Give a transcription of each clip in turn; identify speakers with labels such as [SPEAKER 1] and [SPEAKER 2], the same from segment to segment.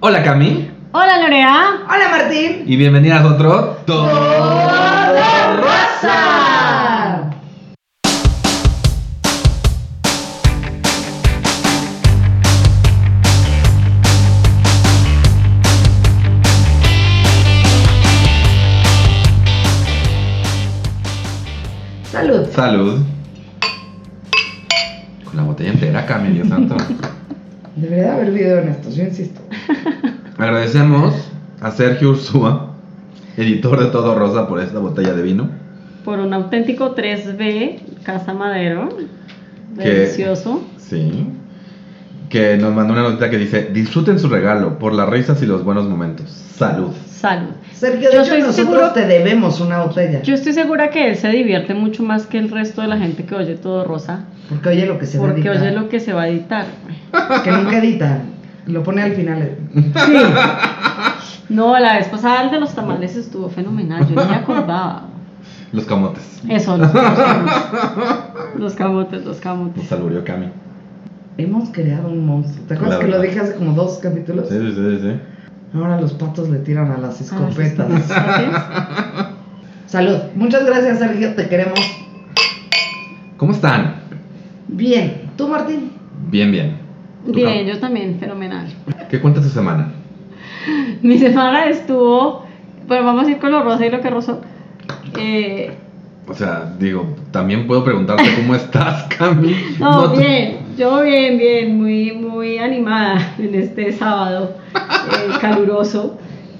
[SPEAKER 1] Hola Cami.
[SPEAKER 2] Hola Lorea.
[SPEAKER 3] Hola Martín.
[SPEAKER 1] Y bienvenidas a otro Todo
[SPEAKER 3] Rosa. Salud.
[SPEAKER 1] Salud. Con la botella entera, Cami, Dios santo.
[SPEAKER 3] Debería haber video en esto, yo insisto.
[SPEAKER 1] Agradecemos a Sergio Ursúa, editor de Todo Rosa, por esta botella de vino.
[SPEAKER 2] Por un auténtico 3B, Casa Madero.
[SPEAKER 1] Que-
[SPEAKER 2] Delicioso.
[SPEAKER 1] Sí. Que nos mandó una notita que dice: Disfruten su regalo por las risas y los buenos momentos. Salud.
[SPEAKER 2] Salud.
[SPEAKER 3] Sergio, de
[SPEAKER 2] Yo
[SPEAKER 3] hecho,
[SPEAKER 2] estoy
[SPEAKER 3] nosotros
[SPEAKER 2] seguro-
[SPEAKER 3] te debemos una botella.
[SPEAKER 2] Yo estoy segura que él se divierte mucho más que el resto de la gente que oye todo rosa.
[SPEAKER 3] Porque oye lo que se va a
[SPEAKER 2] Porque
[SPEAKER 3] editar.
[SPEAKER 2] oye lo que se va a editar.
[SPEAKER 3] Que nunca edita. Lo pone al final.
[SPEAKER 2] No, la vez pasada el de los tamales estuvo fenomenal. Yo ni me acordaba.
[SPEAKER 1] Los camotes.
[SPEAKER 2] Eso, los camotes. Los camotes, los camotes.
[SPEAKER 1] Nos salurió Cami.
[SPEAKER 3] Hemos creado un monstruo. ¿Te acuerdas
[SPEAKER 1] La
[SPEAKER 3] que lo
[SPEAKER 1] verdad.
[SPEAKER 3] dije hace como dos capítulos?
[SPEAKER 1] Sí, sí, sí. sí.
[SPEAKER 3] Ahora los patos le tiran a las
[SPEAKER 2] Ah, sí,
[SPEAKER 3] escopetas.
[SPEAKER 2] está.
[SPEAKER 3] Salud. Muchas gracias, Sergio. Te queremos
[SPEAKER 1] ¿Cómo están?
[SPEAKER 3] bien. ¿Tú, Martín?
[SPEAKER 1] Bien, bien. ¿Tú,
[SPEAKER 2] Bien,
[SPEAKER 1] Cam?
[SPEAKER 2] yo también, fenomenal.
[SPEAKER 1] ¿Qué cuenta tu semana?
[SPEAKER 2] Mi semana estuvo, bueno, vamos a ir con lo rosa y lo que rosó. Eh,
[SPEAKER 1] O sea, digo, también puedo preguntarte cómo estás, Cami.
[SPEAKER 2] no,
[SPEAKER 1] te-
[SPEAKER 2] bien, yo bien, bien, muy, muy animada en este sábado eh, caluroso.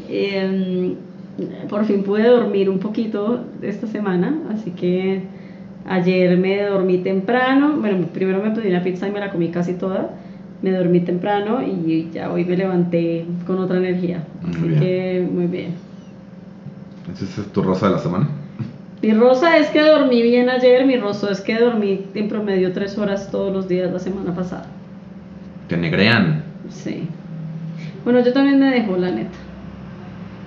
[SPEAKER 2] Eh, por fin pude dormir un poquito esta semana, así que ayer me dormí temprano. Bueno, primero me pedí una pizza y me la comí casi toda. Me dormí temprano y ya hoy me levanté con otra energía.
[SPEAKER 1] Muy
[SPEAKER 2] Así
[SPEAKER 1] bien.
[SPEAKER 2] que muy bien.
[SPEAKER 1] Esa es tu rosa de la semana.
[SPEAKER 2] Mi rosa es que dormí bien ayer, mi roso es que dormí en promedio tres horas todos los días la semana pasada.
[SPEAKER 1] Te negrean.
[SPEAKER 2] Sí. Bueno, yo también me dejo, la neta.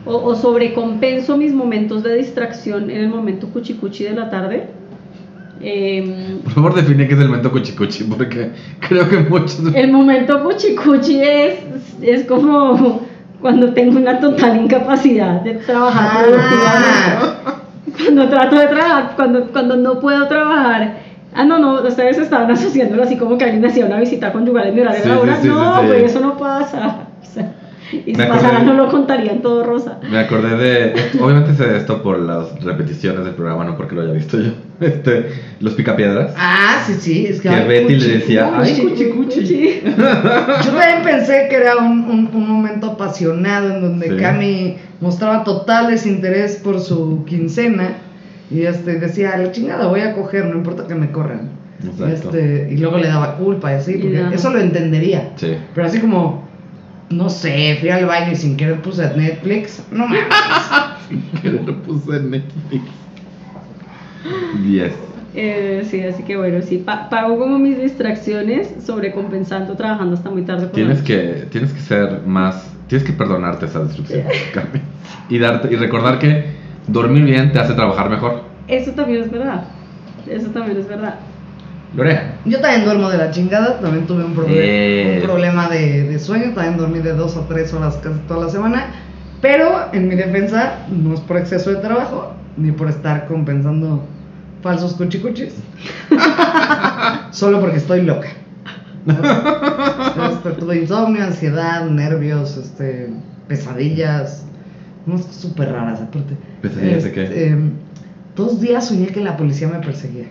[SPEAKER 2] O, o sobrecompenso mis momentos de distracción en el momento cuchicuchi de la tarde. Em,
[SPEAKER 1] Por favor, define qué es el momento cuchicuchi, porque creo que muchos.
[SPEAKER 2] el momento cuchicuchi es, es como cuando tengo una total incapacidad de
[SPEAKER 3] Ah,
[SPEAKER 2] trabajar productivamente. cuando trato de trabajar, cuando, cuando no puedo trabajar. Ah, no, no, ustedes estaban asociándolo así como que alguien hacía una visita conyugal en mi horario
[SPEAKER 1] Sí,
[SPEAKER 2] de laboral.
[SPEAKER 1] sí, sí, sí,
[SPEAKER 2] no,
[SPEAKER 1] sí.
[SPEAKER 2] güey, eso no pasa. O sea, y si
[SPEAKER 1] Me acordé
[SPEAKER 2] pasara
[SPEAKER 1] de-
[SPEAKER 2] no lo contarían todo rosa.
[SPEAKER 1] Me acordé de. Obviamente sé de esto por las repeticiones del programa, no porque lo haya visto yo. Este, los picapiedras.
[SPEAKER 3] Ah, sí, sí. Es que
[SPEAKER 1] Que
[SPEAKER 3] ay,
[SPEAKER 1] Betty le
[SPEAKER 3] cuchi,
[SPEAKER 1] decía,
[SPEAKER 3] cuchi,
[SPEAKER 1] ay, cuchi, cuchi.
[SPEAKER 3] Yo también pensé que era un, un- un momento apasionado en donde
[SPEAKER 1] Sí.
[SPEAKER 3] Cami mostraba total desinterés por su quincena y este decía, la chingada voy a coger, no importa que me corran.
[SPEAKER 1] Exacto.
[SPEAKER 3] Este, y luego le daba culpa y así,
[SPEAKER 2] Y
[SPEAKER 3] porque
[SPEAKER 2] daba-
[SPEAKER 3] eso lo entendería.
[SPEAKER 1] Sí.
[SPEAKER 3] Pero así como, no sé, fui al baño y sin querer puse Netflix, no mames.
[SPEAKER 1] Que lo puse en Netflix. 10.
[SPEAKER 2] Eh, sí, así que bueno, sí, pa- pago como mis distracciones sobrecompensando trabajando hasta muy tarde. por la
[SPEAKER 1] Tienes
[SPEAKER 2] noche.
[SPEAKER 1] que, tienes que ser más, tienes que perdonarte esa destrucción, Carmen. y darte y recordar que dormir bien te hace trabajar mejor.
[SPEAKER 2] Eso también es verdad. Eso también es verdad.
[SPEAKER 1] Lorea,
[SPEAKER 3] Yo también duermo de la chingada, también tuve un, problema
[SPEAKER 1] Eh.
[SPEAKER 3] un problema de, de sueño, también dormí de dos a tres horas casi toda la semana, pero en mi defensa no es por exceso de trabajo, ni por estar compensando falsos cuchicuchis, solo porque estoy loca. Este, tuve insomnio, ansiedad, nervios, este, pesadillas, unas cosas súper raras aparte.
[SPEAKER 1] ¿Pesadillas de qué?
[SPEAKER 3] em, dos días soñé que la policía me perseguía.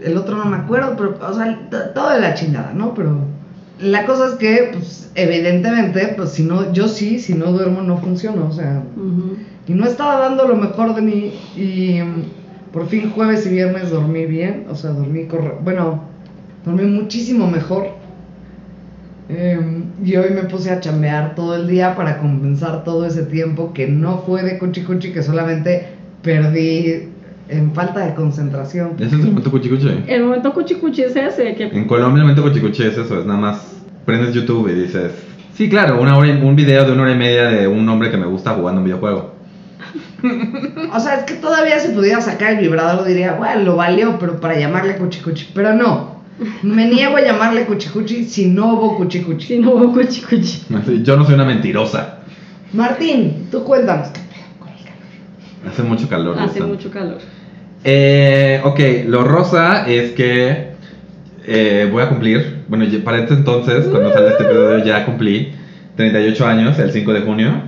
[SPEAKER 3] El otro no me acuerdo, pero, o sea, t- todo de la chingada, ¿no? Pero la cosa es que, pues, evidentemente, pues, si no, yo sí, si no duermo no funciono, o sea,
[SPEAKER 2] Ujú.
[SPEAKER 3] y no estaba dando lo mejor de mí y mm, por fin jueves y viernes dormí bien, o sea, dormí corre bueno, dormí muchísimo mejor. Em, y hoy me puse a chambear todo el día para compensar todo ese tiempo que no fue de cuchi cuchi, que solamente perdí en falta de concentración.
[SPEAKER 1] ese es el momento cuchicuche.
[SPEAKER 2] El momento cuchicuchi es ese, que
[SPEAKER 1] En Colombia el momento cuchicuche es eso, es nada más prendes YouTube y dices, sí, claro, una hora y- un video de una hora y media de un hombre que me gusta jugando un videojuego.
[SPEAKER 3] O sea, es que todavía si pudiera sacar el vibrador diría, bueno, lo valió, pero para llamarle cuchi cuchi, pero no. Me niego a llamarle cuchicuchi si no hubo cuchicuchi.
[SPEAKER 2] Si no hubo cuchi cuchi.
[SPEAKER 1] Así, Yo no soy una mentirosa.
[SPEAKER 3] Martín, tú cuéntanos. ¿qué pedo con el calor?
[SPEAKER 1] Hace mucho calor.
[SPEAKER 2] Hace
[SPEAKER 1] Rosa.
[SPEAKER 2] mucho calor.
[SPEAKER 1] Eh, ok, lo rosa es que eh, voy a cumplir. Bueno, yo- para este entonces, cuando sale este episodio, ya cumplí 38 años, el 5 de junio.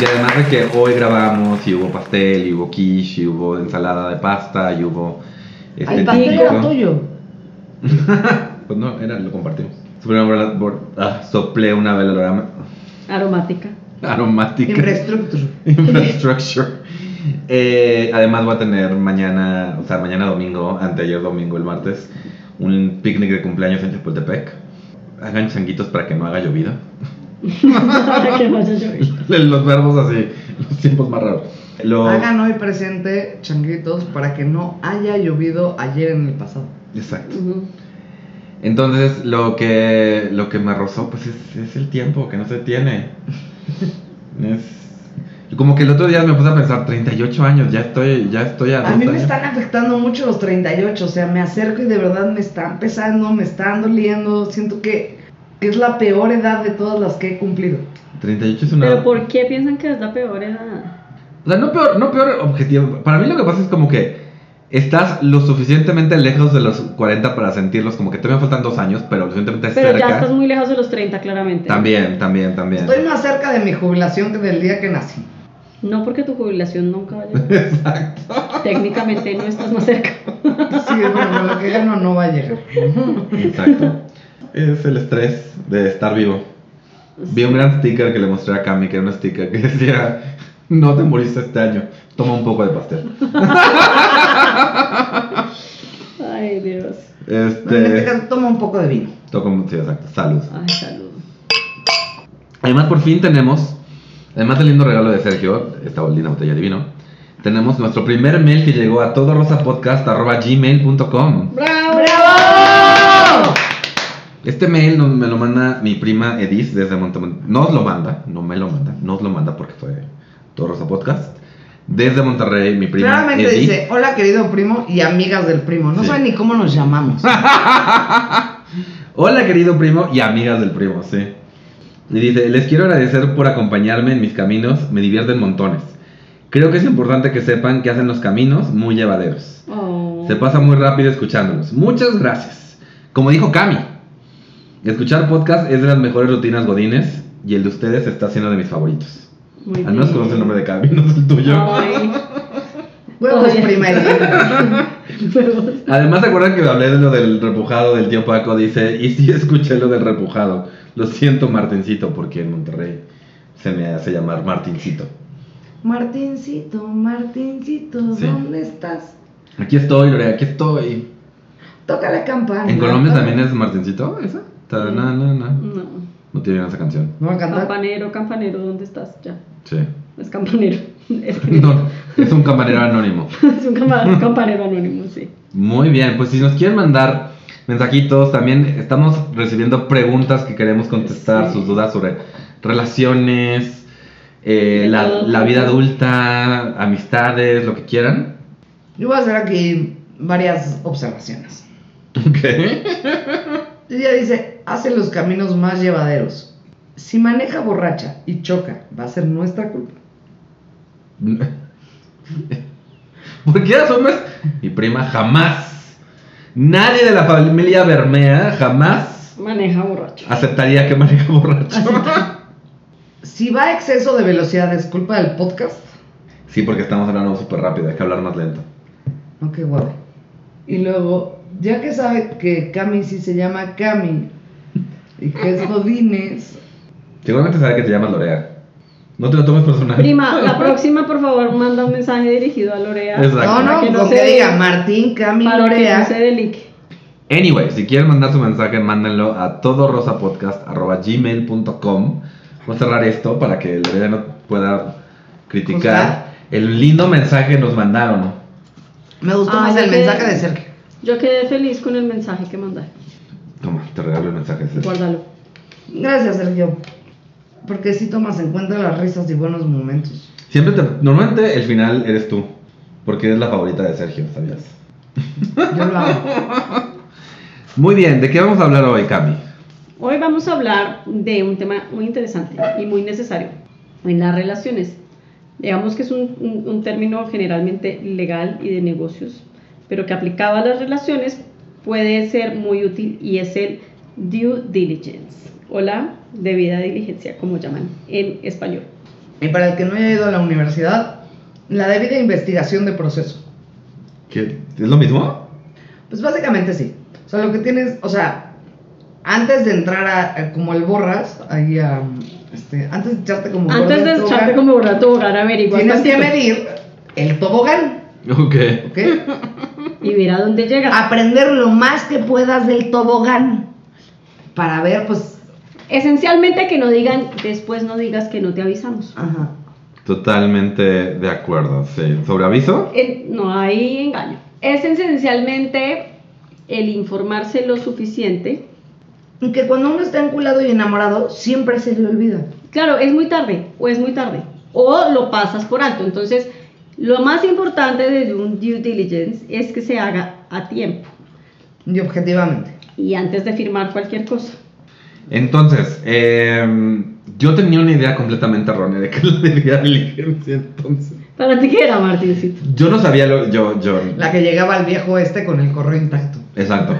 [SPEAKER 1] Y además de que hoy grabamos y hubo pastel, y hubo quiche, y hubo ensalada de pasta, y hubo... este,
[SPEAKER 3] El pastel
[SPEAKER 1] tinto.
[SPEAKER 3] era tuyo.
[SPEAKER 1] Pues no, era, lo compartimos. Soplé una vela, bor- ah, soplé una vela aroma-
[SPEAKER 2] Aromática.
[SPEAKER 1] aromática.
[SPEAKER 3] Infraestructura.
[SPEAKER 1] Infrastructure. Eh, además voy a tener mañana, o sea, mañana domingo, anteayer domingo, el martes, un picnic de cumpleaños en Chapultepec. Hagan changuitos para que no haga llovida.
[SPEAKER 2] Para que no haya llovido.
[SPEAKER 1] Los verbos así, los tiempos más raros. Lo-
[SPEAKER 3] Hagan hoy presente, changuitos, para que no haya llovido ayer en el pasado.
[SPEAKER 1] Exacto.
[SPEAKER 2] Ujú.
[SPEAKER 1] Entonces, lo que, lo que me rozó, pues es, es el tiempo que no se tiene. Es... Como que el otro día me puse a pensar, 38 años, ya estoy, ya estoy a
[SPEAKER 3] A
[SPEAKER 1] dos
[SPEAKER 3] mí me
[SPEAKER 1] años.
[SPEAKER 3] están afectando mucho los 38, o sea, me acerco y de verdad me están pesando, me están doliendo, siento que, que es la peor edad de todas las que he cumplido.
[SPEAKER 1] 38 es una...
[SPEAKER 2] Pero ¿por qué piensan que es la peor edad?
[SPEAKER 1] O sea, no peor, no peor objetivo. Para mí lo que pasa es como que estás lo suficientemente lejos de los 40 para sentirlos, como que todavía faltan dos años, pero lo suficientemente
[SPEAKER 2] Pero ya
[SPEAKER 1] cerca.
[SPEAKER 2] estás muy lejos de los 30, claramente.
[SPEAKER 1] También, también, también.
[SPEAKER 3] Estoy más cerca de mi jubilación que del día que nací.
[SPEAKER 2] No porque tu jubilación nunca va a llegar. Exacto. Técnicamente no estás más cerca.
[SPEAKER 3] Sí, bueno, lo que gano no va a llegar.
[SPEAKER 1] Exacto. es el estrés de estar vivo. Vi un gran sticker que le mostré a Cami, que era un sticker que decía, no te moriste este año, toma un poco de pastel.
[SPEAKER 2] Ay, Dios.
[SPEAKER 3] En este
[SPEAKER 1] Este,
[SPEAKER 3] caso, toma un poco de vino.
[SPEAKER 1] toco, un- sí, exacto, salud.
[SPEAKER 2] Ay, salud.
[SPEAKER 1] Además, por fin tenemos, además del lindo regalo de Sergio, esta linda botella de vino, tenemos nuestro primer mail que llegó a todorosapodcast.gmail.com.
[SPEAKER 2] ¡Bravo!
[SPEAKER 3] ¡Bravo!
[SPEAKER 1] Este mail no- me lo manda mi prima Edith desde Monterrey. Nos lo manda, no me lo manda, nos lo manda porque fue Todo Rosa Podcast. Desde Monterrey, mi prima
[SPEAKER 3] Claramente
[SPEAKER 1] Edith.
[SPEAKER 3] dice, hola querido primo y amigas del primo. No
[SPEAKER 1] Sí.
[SPEAKER 3] saben ni cómo nos llamamos.
[SPEAKER 1] Hola querido primo y amigas del primo, sí. Y dice, les quiero agradecer por acompañarme en mis caminos, me divierten montones. Creo que es importante que sepan que hacen los caminos muy llevaderos.
[SPEAKER 2] Oh.
[SPEAKER 1] Se pasa muy rápido escuchándolos. Muchas gracias. Como dijo Cami, escuchar podcast es de las mejores rutinas godines y el de ustedes está siendo de mis favoritos.
[SPEAKER 2] Muy
[SPEAKER 1] Al menos
[SPEAKER 2] bien.
[SPEAKER 1] conoce el nombre de Cami, no es el tuyo.
[SPEAKER 2] Ay,
[SPEAKER 3] Huevos,
[SPEAKER 2] Oye.
[SPEAKER 3] pues, prima.
[SPEAKER 2] pero-
[SPEAKER 1] Además, ¿se acuerdan que hablé de lo del repujado del tío Paco? Dice, y sí escuché lo del repujado. Lo siento, Martincito, porque en Monterrey se me hace llamar Martincito.
[SPEAKER 3] Martincito, Martincito,
[SPEAKER 1] Sí.
[SPEAKER 3] ¿dónde estás?
[SPEAKER 1] Aquí estoy, Lorea, aquí estoy.
[SPEAKER 3] Toca la campana.
[SPEAKER 1] ¿En Colombia también es Martincito esa? Taranana.
[SPEAKER 2] No.
[SPEAKER 1] No tiene esa canción.
[SPEAKER 3] ¿No va a cantar?
[SPEAKER 2] Campanero, campanero, ¿dónde estás? Ya.
[SPEAKER 1] Sí.
[SPEAKER 2] Es campanero. Es, que-
[SPEAKER 1] No, es un campanero anónimo.
[SPEAKER 2] es un campa- campanero anónimo, sí.
[SPEAKER 1] Muy bien, pues si nos quieren mandar mensajitos, también estamos recibiendo preguntas que queremos contestar,
[SPEAKER 2] Sí.
[SPEAKER 1] sus dudas sobre relaciones, eh,
[SPEAKER 2] De
[SPEAKER 1] la,
[SPEAKER 2] todo.
[SPEAKER 1] la vida adulta, amistades, lo que quieran.
[SPEAKER 3] Yo voy a hacer aquí varias observaciones.
[SPEAKER 1] Ok.
[SPEAKER 3] Ella dice, hace los caminos más llevaderos. Si maneja borracha y choca, va a ser nuestra culpa.
[SPEAKER 1] ¿Por qué asumes? Mi prima jamás, nadie de la familia Bermea jamás
[SPEAKER 2] Maneja borracho.
[SPEAKER 1] aceptaría que maneja borracho.
[SPEAKER 3] Si va a exceso de velocidad, ¿es culpa del podcast?
[SPEAKER 1] Sí, porque estamos hablando súper rápido, hay que hablar más lento.
[SPEAKER 3] No, qué guay. Y luego, ya que sabe que Cami sí se llama Cami y que es Godines,
[SPEAKER 1] Seguramente sabe que te llamas Lorea. No te lo tomes personal.
[SPEAKER 2] Prima, la próxima, por favor, manda un mensaje dirigido a Lorea.
[SPEAKER 1] Exacto.
[SPEAKER 3] no, no,
[SPEAKER 2] Para que no
[SPEAKER 3] con
[SPEAKER 2] se
[SPEAKER 3] que
[SPEAKER 2] dé-
[SPEAKER 3] diga Martín, Cami,
[SPEAKER 2] Para que no
[SPEAKER 3] Lorea.
[SPEAKER 2] se delique.
[SPEAKER 1] Anyway, si quieren mandar su mensaje, mándenlo a todorosapodcast.gmail.com. Voy a cerrar esto para que Lorea no pueda criticar el lindo mensaje que nos mandaron.
[SPEAKER 3] Me gustó
[SPEAKER 2] Ah,
[SPEAKER 3] más
[SPEAKER 2] ya
[SPEAKER 3] el
[SPEAKER 2] que-
[SPEAKER 3] mensaje de Sergio.
[SPEAKER 2] Yo quedé feliz con el mensaje que mandaste.
[SPEAKER 1] Toma, te regalo el mensaje. Ceci.
[SPEAKER 2] Guárdalo.
[SPEAKER 3] Gracias, Sergio. Porque sí tomas en cuenta las risas y buenos momentos.
[SPEAKER 1] Siempre te- normalmente el final eres tú. Porque es la favorita de Sergio, ¿sabías?
[SPEAKER 3] Yo lo hago.
[SPEAKER 1] Muy bien, ¿de qué vamos a hablar hoy, Cami?
[SPEAKER 2] Hoy vamos a hablar de un tema muy interesante y muy necesario en las relaciones. Digamos que es un, un- un término generalmente legal y de negocios, pero que aplicado a las relaciones puede ser muy útil y es el due diligence o la debida diligencia, como llaman en español.
[SPEAKER 3] Y para el que no haya ido a la universidad, la debida investigación de proceso.
[SPEAKER 1] ¿Qué? ¿Es lo mismo?
[SPEAKER 3] Pues básicamente sí. O sea, lo que tienes, o sea, antes de entrar a, a- como el borras, ahí a, este, antes de echarte como
[SPEAKER 2] Antes
[SPEAKER 3] borras
[SPEAKER 2] de
[SPEAKER 3] al
[SPEAKER 2] echarte
[SPEAKER 3] tobogán,
[SPEAKER 2] como borrato, hogar, averiguar
[SPEAKER 3] tienes que
[SPEAKER 2] tantito
[SPEAKER 3] medir el tobogán,
[SPEAKER 1] Ok.
[SPEAKER 3] ¿ok?
[SPEAKER 2] y ver a dónde llegas.
[SPEAKER 3] Ah. Aprender lo más que puedas del tobogán para ver, pues,
[SPEAKER 2] Esencialmente que no digan, después no digas que no te avisamos.
[SPEAKER 3] ajá.
[SPEAKER 1] Totalmente de acuerdo, sí. ¿Sobre aviso?
[SPEAKER 2] El- Eh, no hay engaño. Es esencialmente el informarse lo suficiente.
[SPEAKER 3] Y que cuando uno está enculado y enamorado, siempre se le olvida.
[SPEAKER 2] Claro, es muy tarde o es muy tarde o lo pasas por alto. Entonces, lo más importante de un due diligence es que se haga a tiempo
[SPEAKER 3] Y objetivamente.
[SPEAKER 2] y antes de firmar cualquier cosa.
[SPEAKER 1] Entonces, eh, yo tenía una idea completamente errónea de que la debía diligencia entonces.
[SPEAKER 2] Para ti, ¿qué era, Martincito?
[SPEAKER 1] Yo no sabía lo... Yo, yo...
[SPEAKER 3] La que llegaba al viejo este con el correo intacto.
[SPEAKER 1] Exacto.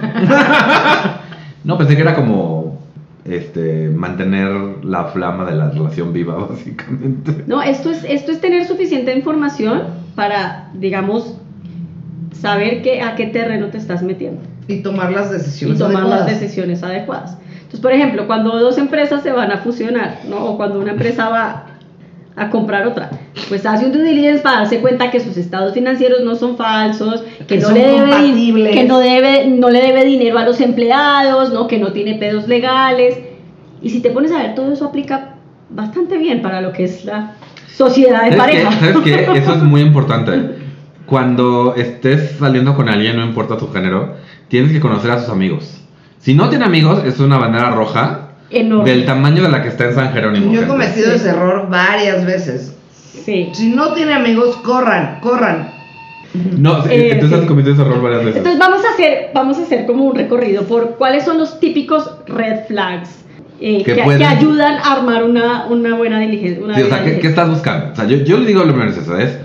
[SPEAKER 1] no, pensé que era como... Este... Mantener la flama de la relación viva, básicamente.
[SPEAKER 2] No, esto es, esto es tener suficiente información para, digamos, saber que, a qué terreno te estás metiendo.
[SPEAKER 3] Y tomar las
[SPEAKER 2] y
[SPEAKER 3] decisiones.
[SPEAKER 2] tomar las
[SPEAKER 3] adecuadas.
[SPEAKER 2] decisiones adecuadas. Entonces, por ejemplo, cuando dos empresas se van a fusionar, ¿no? O cuando una empresa va a comprar otra, pues hace un due diligence para darse cuenta que sus estados financieros no son falsos, que,
[SPEAKER 3] Que
[SPEAKER 2] no
[SPEAKER 3] son
[SPEAKER 2] le debe di-
[SPEAKER 3] compatibles.
[SPEAKER 2] que no debe no le debe dinero a los empleados, ¿no? Que no tiene pedos legales. Y si te pones a ver todo eso aplica bastante bien para lo que es la sociedad de
[SPEAKER 1] ¿Sabes qué?
[SPEAKER 2] pareja.
[SPEAKER 1] ¿Sabes qué? Eso es muy importante. Cuando estés saliendo con alguien, no importa tu género, tienes que conocer a sus amigos. Si no tiene amigos, es una bandera roja
[SPEAKER 2] Enorme.
[SPEAKER 1] del tamaño de la que está en San Jerónimo.
[SPEAKER 3] Yo he
[SPEAKER 1] gente.
[SPEAKER 3] cometido
[SPEAKER 2] Sí.
[SPEAKER 3] ese error varias veces.
[SPEAKER 2] Sí.
[SPEAKER 3] Si no tiene amigos, corran, corran.
[SPEAKER 1] No, sí,
[SPEAKER 2] Eh,
[SPEAKER 1] entonces
[SPEAKER 2] sí.
[SPEAKER 1] has cometido ese error varias veces.
[SPEAKER 2] Entonces vamos a hacer, vamos a hacer como un recorrido por cuáles son los típicos red flags eh,
[SPEAKER 1] Que
[SPEAKER 2] que, que
[SPEAKER 1] pueden-
[SPEAKER 2] ayudan a armar una, una buena diligencia. Una
[SPEAKER 1] Sí, o sea,
[SPEAKER 2] buena
[SPEAKER 1] ¿qué, qué
[SPEAKER 2] diligencia.
[SPEAKER 1] estás buscando? O sea, yo, yo le digo lo primero es eso, es...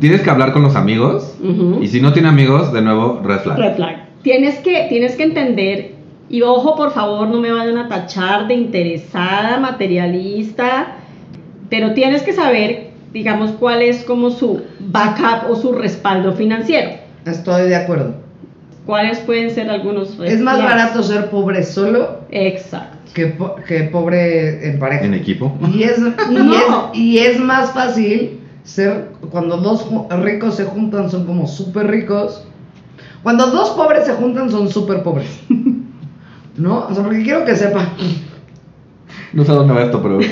[SPEAKER 1] Tienes que hablar con los amigos.
[SPEAKER 2] Ujú.
[SPEAKER 1] Y si no tiene amigos, de nuevo, red flag.
[SPEAKER 2] Red flag. Tienes que, tienes que entender, y ojo por favor, no me vayan a tachar de interesada, materialista, pero tienes que saber, digamos, cuál es como su backup o su respaldo financiero.
[SPEAKER 3] Estoy de acuerdo.
[SPEAKER 2] ¿Cuáles pueden ser algunos red
[SPEAKER 3] Es más
[SPEAKER 2] flags?
[SPEAKER 3] barato ser pobre solo
[SPEAKER 2] Exacto.
[SPEAKER 3] que, po- que pobre en pareja.
[SPEAKER 1] En equipo.
[SPEAKER 3] Y es, y,
[SPEAKER 2] No.
[SPEAKER 3] es, y es más fácil ser cuando dos ju- ricos se juntan son como súper ricos. Cuando dos pobres se juntan son súper pobres. ¿No? O sea, porque quiero que sepa.
[SPEAKER 1] No sé a dónde va esto, pero ok.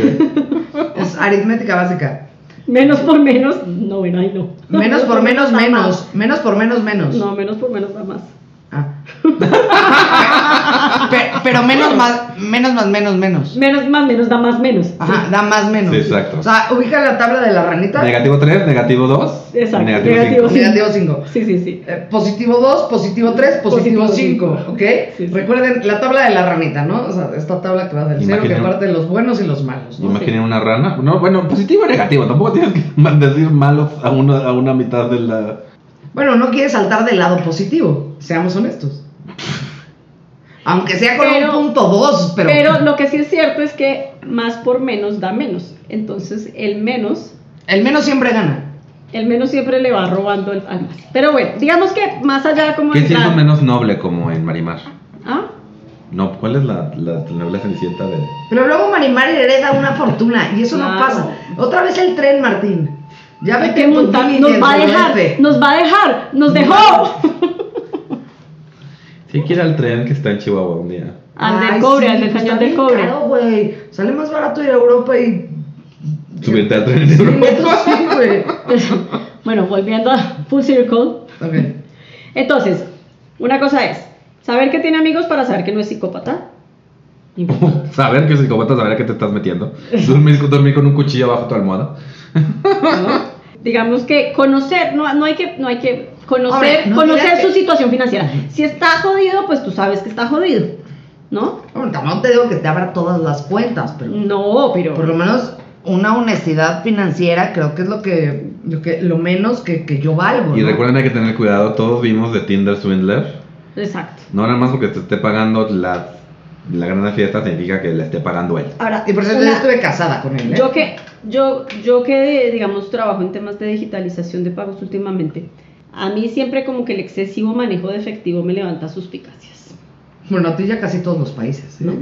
[SPEAKER 3] Es aritmética básica.
[SPEAKER 2] Menos por menos, no, ven ahí no.
[SPEAKER 3] Menos por menos, menos. Menos por menos, menos.
[SPEAKER 2] No, menos por menos da más.
[SPEAKER 3] Ah. Pe- pero, menos más, menos más, menos, menos.
[SPEAKER 2] Menos más, menos da más menos.
[SPEAKER 3] Ajá, da más menos.
[SPEAKER 1] Sí, exacto.
[SPEAKER 3] O sea, ubica la tabla de la ranita.
[SPEAKER 1] negativo 3, negativo 2.
[SPEAKER 2] Exacto,
[SPEAKER 1] Negativo 5.
[SPEAKER 2] negativo
[SPEAKER 3] Negativo 5.
[SPEAKER 2] Sí, sí, sí.
[SPEAKER 3] positivo 2, positivo 3, positivo
[SPEAKER 2] Positivo cinco.
[SPEAKER 3] 5. ¿Ok?
[SPEAKER 2] Sí, sí.
[SPEAKER 3] Recuerden la tabla de la ranita, ¿no? O sea, esta tabla que va del cero, que
[SPEAKER 1] Imagino.
[SPEAKER 3] parte de los buenos y los malos. ¿no?
[SPEAKER 1] Imaginen una rana. No, bueno, positivo o negativo. Tampoco tienes que decir malos a una, a una mitad de la.
[SPEAKER 3] Bueno, no quieres saltar del lado positivo, seamos honestos. Aunque sea con
[SPEAKER 2] Pero-
[SPEAKER 3] un punto 2, pero.
[SPEAKER 2] Pero, lo que sí es cierto es que más por menos da menos. Entonces el menos,
[SPEAKER 3] El menos siempre gana.
[SPEAKER 2] el menos siempre le va robando el- al más. Pero bueno, digamos que más allá como
[SPEAKER 1] ¿Qué
[SPEAKER 2] de
[SPEAKER 1] siento
[SPEAKER 2] la-
[SPEAKER 1] menos noble como en Marimar?
[SPEAKER 2] ¿Ah?
[SPEAKER 1] No, ¿cuál es la, la telenovela cenicienta de.?
[SPEAKER 3] Pero luego Marimar hereda una fortuna y eso no
[SPEAKER 2] Claro.
[SPEAKER 3] pasa. Otra vez el tren, Martín. Ya
[SPEAKER 2] Hay
[SPEAKER 3] ve
[SPEAKER 2] que
[SPEAKER 3] que
[SPEAKER 2] montar,
[SPEAKER 3] Montini
[SPEAKER 2] nos
[SPEAKER 3] del
[SPEAKER 2] va a dejar,
[SPEAKER 3] noroeste.
[SPEAKER 2] nos va a dejar, nos dejó.
[SPEAKER 1] Sí, quiere al tren que está en Chihuahua un día.
[SPEAKER 2] Al
[SPEAKER 3] Ay,
[SPEAKER 2] del cobre,
[SPEAKER 3] sí,
[SPEAKER 2] al del
[SPEAKER 3] pues
[SPEAKER 2] cañón
[SPEAKER 3] está
[SPEAKER 2] del
[SPEAKER 3] bien
[SPEAKER 2] cobre.
[SPEAKER 3] Caro, güey. Sale más barato ir a Europa y.
[SPEAKER 1] Subirte al tren de
[SPEAKER 3] Sí,
[SPEAKER 1] Europa.
[SPEAKER 3] neto, sí, güey.
[SPEAKER 2] Bueno, volviendo a Full Circle.
[SPEAKER 3] Ok.
[SPEAKER 2] Entonces, una cosa es saber que tiene amigos para saber que no es psicópata.
[SPEAKER 1] saber que psicópata, saber a qué te estás metiendo. Dormir, dormir con un cuchillo bajo tu almohada.
[SPEAKER 2] ¿no? digamos que conocer, no, no hay que, no hay que conocer,
[SPEAKER 3] Ahora, no
[SPEAKER 2] conocer
[SPEAKER 3] digas
[SPEAKER 2] su
[SPEAKER 3] que-
[SPEAKER 2] situación financiera. Si está jodido, pues tú sabes que está jodido, ¿no?
[SPEAKER 3] Bueno, tampoco te digo que te abra todas las cuentas,
[SPEAKER 2] Mm.
[SPEAKER 3] pero
[SPEAKER 2] No, pero
[SPEAKER 3] por lo menos una honestidad financiera creo que es lo que lo, que, lo menos que, que yo valgo.
[SPEAKER 1] Y
[SPEAKER 3] ¿no?
[SPEAKER 1] recuerden, hay que tener cuidado. Todos vimos de Tinder Swindler.
[SPEAKER 2] exacto.
[SPEAKER 1] No nada más porque te esté pagando la, la gran fiesta significa que la esté pagando él.
[SPEAKER 2] Ahora,
[SPEAKER 3] Y por cierto,
[SPEAKER 2] una-
[SPEAKER 3] yo estuve casada con él. ¿eh?
[SPEAKER 2] yo que yo yo que digamos trabajo en temas de digitalización de pagos últimamente, a mí siempre como que el excesivo manejo de efectivo me levanta suspicacias.
[SPEAKER 3] Bueno, a ti ya casi todos los países, ¿no?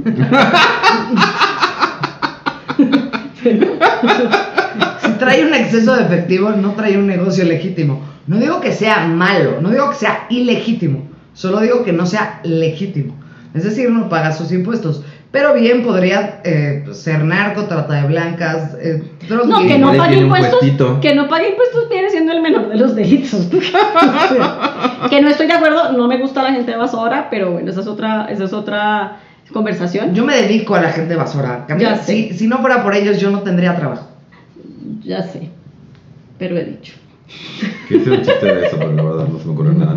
[SPEAKER 3] si trae un exceso de efectivo, no trae un negocio legítimo. No digo que sea malo, no digo que sea ilegítimo, solo digo que no sea legítimo. Es decir, no paga sus impuestos. Pero bien podría eh, ser narco, trata de blancas, eh, droga.
[SPEAKER 2] No, que
[SPEAKER 1] Igual
[SPEAKER 2] no
[SPEAKER 1] él
[SPEAKER 2] pague
[SPEAKER 1] tiene un
[SPEAKER 2] impuestos.
[SPEAKER 1] puestito.
[SPEAKER 2] Que no pague impuestos viene siendo el menor de los delitos. O sea, que no estoy de acuerdo, no me gusta la gente de basura, pero bueno, esa es otra, esa es otra conversación.
[SPEAKER 3] Yo me dedico a la gente basura. Camila.
[SPEAKER 2] Ya sé.
[SPEAKER 3] Si, si no fuera por ellos, yo no tendría trabajo.
[SPEAKER 2] Ya sé, pero he dicho.
[SPEAKER 1] Que hice un chiste de eso, pero la verdad no se me ocurre nada.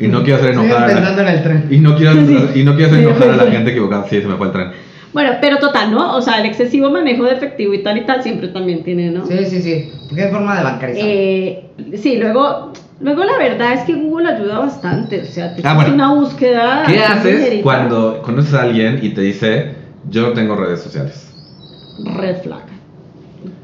[SPEAKER 1] Y no quiero hacer
[SPEAKER 3] Estoy
[SPEAKER 1] enojar a
[SPEAKER 3] pensando
[SPEAKER 1] la,
[SPEAKER 3] en el tren.
[SPEAKER 1] y no quiero, y no quiero hacer
[SPEAKER 2] Sí.
[SPEAKER 1] enojar a la gente equivocada. Sí, se me fue el tren.
[SPEAKER 2] Bueno, pero total, ¿no? O sea, el excesivo manejo de efectivo y tal y tal siempre también tiene, ¿no?
[SPEAKER 3] Sí, sí, sí. Porque hay forma de bancarizar.
[SPEAKER 2] Eh, sí, luego, luego la verdad es que Google ayuda bastante. O sea, te
[SPEAKER 1] Ah,
[SPEAKER 2] hace
[SPEAKER 1] bueno.
[SPEAKER 2] una búsqueda.
[SPEAKER 1] ¿Qué
[SPEAKER 2] así
[SPEAKER 1] haces
[SPEAKER 2] ligerita.
[SPEAKER 1] cuando conoces a alguien y te dice, yo no tengo redes sociales?
[SPEAKER 2] Red flag.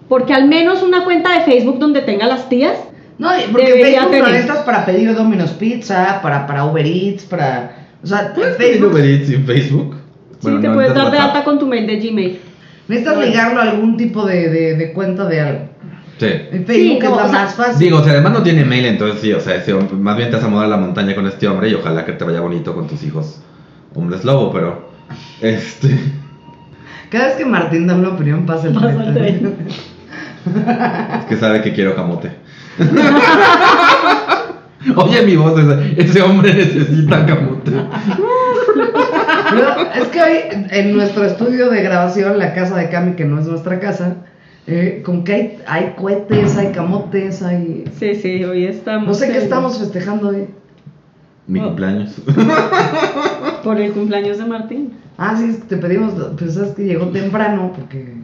[SPEAKER 2] Porque al menos una cuenta de Facebook donde tenga las tías.
[SPEAKER 3] No, y porque
[SPEAKER 2] Debería
[SPEAKER 3] Facebook lo
[SPEAKER 2] tener.
[SPEAKER 3] necesitas para pedir Domino's Pizza, para, para Uber Eats, para... O sea,
[SPEAKER 1] ¿Puedes pedir
[SPEAKER 3] Facebook
[SPEAKER 1] Uber Eats sin Facebook?
[SPEAKER 2] sí, te
[SPEAKER 1] no,
[SPEAKER 2] puedes
[SPEAKER 1] ahorita
[SPEAKER 2] dar de
[SPEAKER 1] WhatsApp.
[SPEAKER 2] alta con tu mail de Gmail.
[SPEAKER 3] necesitas
[SPEAKER 2] Bueno.
[SPEAKER 3] ligarlo a algún tipo de, de, de cuenta de algo.
[SPEAKER 1] Sí.
[SPEAKER 3] En Facebook
[SPEAKER 2] Sí,
[SPEAKER 3] es
[SPEAKER 2] no,
[SPEAKER 3] la
[SPEAKER 2] o sea,
[SPEAKER 3] más fácil.
[SPEAKER 1] Digo, si además no tiene mail, entonces sí, o sea, ese hombre- más bien te vas a mudar a la montaña con este hombre y ojalá que te vaya bonito con tus hijos. Hombres lobo, pero. Este.
[SPEAKER 3] Cada vez que Martín da una opinión pasa el
[SPEAKER 2] Pasa el
[SPEAKER 1] Es que sabe que quiero camote. Oye, mi voz, ese, ese hombre necesita camote.
[SPEAKER 3] Pero es que hoy en nuestro estudio de grabación, la casa de Cami, que no es nuestra casa, eh, con que hay, hay cohetes, hay camotes, hay...
[SPEAKER 2] Sí, sí, hoy estamos. eh,
[SPEAKER 3] No sé qué
[SPEAKER 2] en-
[SPEAKER 3] estamos festejando hoy.
[SPEAKER 1] Mi
[SPEAKER 2] Oh.
[SPEAKER 1] cumpleaños.
[SPEAKER 2] Por el cumpleaños de Martín.
[SPEAKER 3] Ah, sí, es que te pedimos, pero sabes que llegó temprano porque...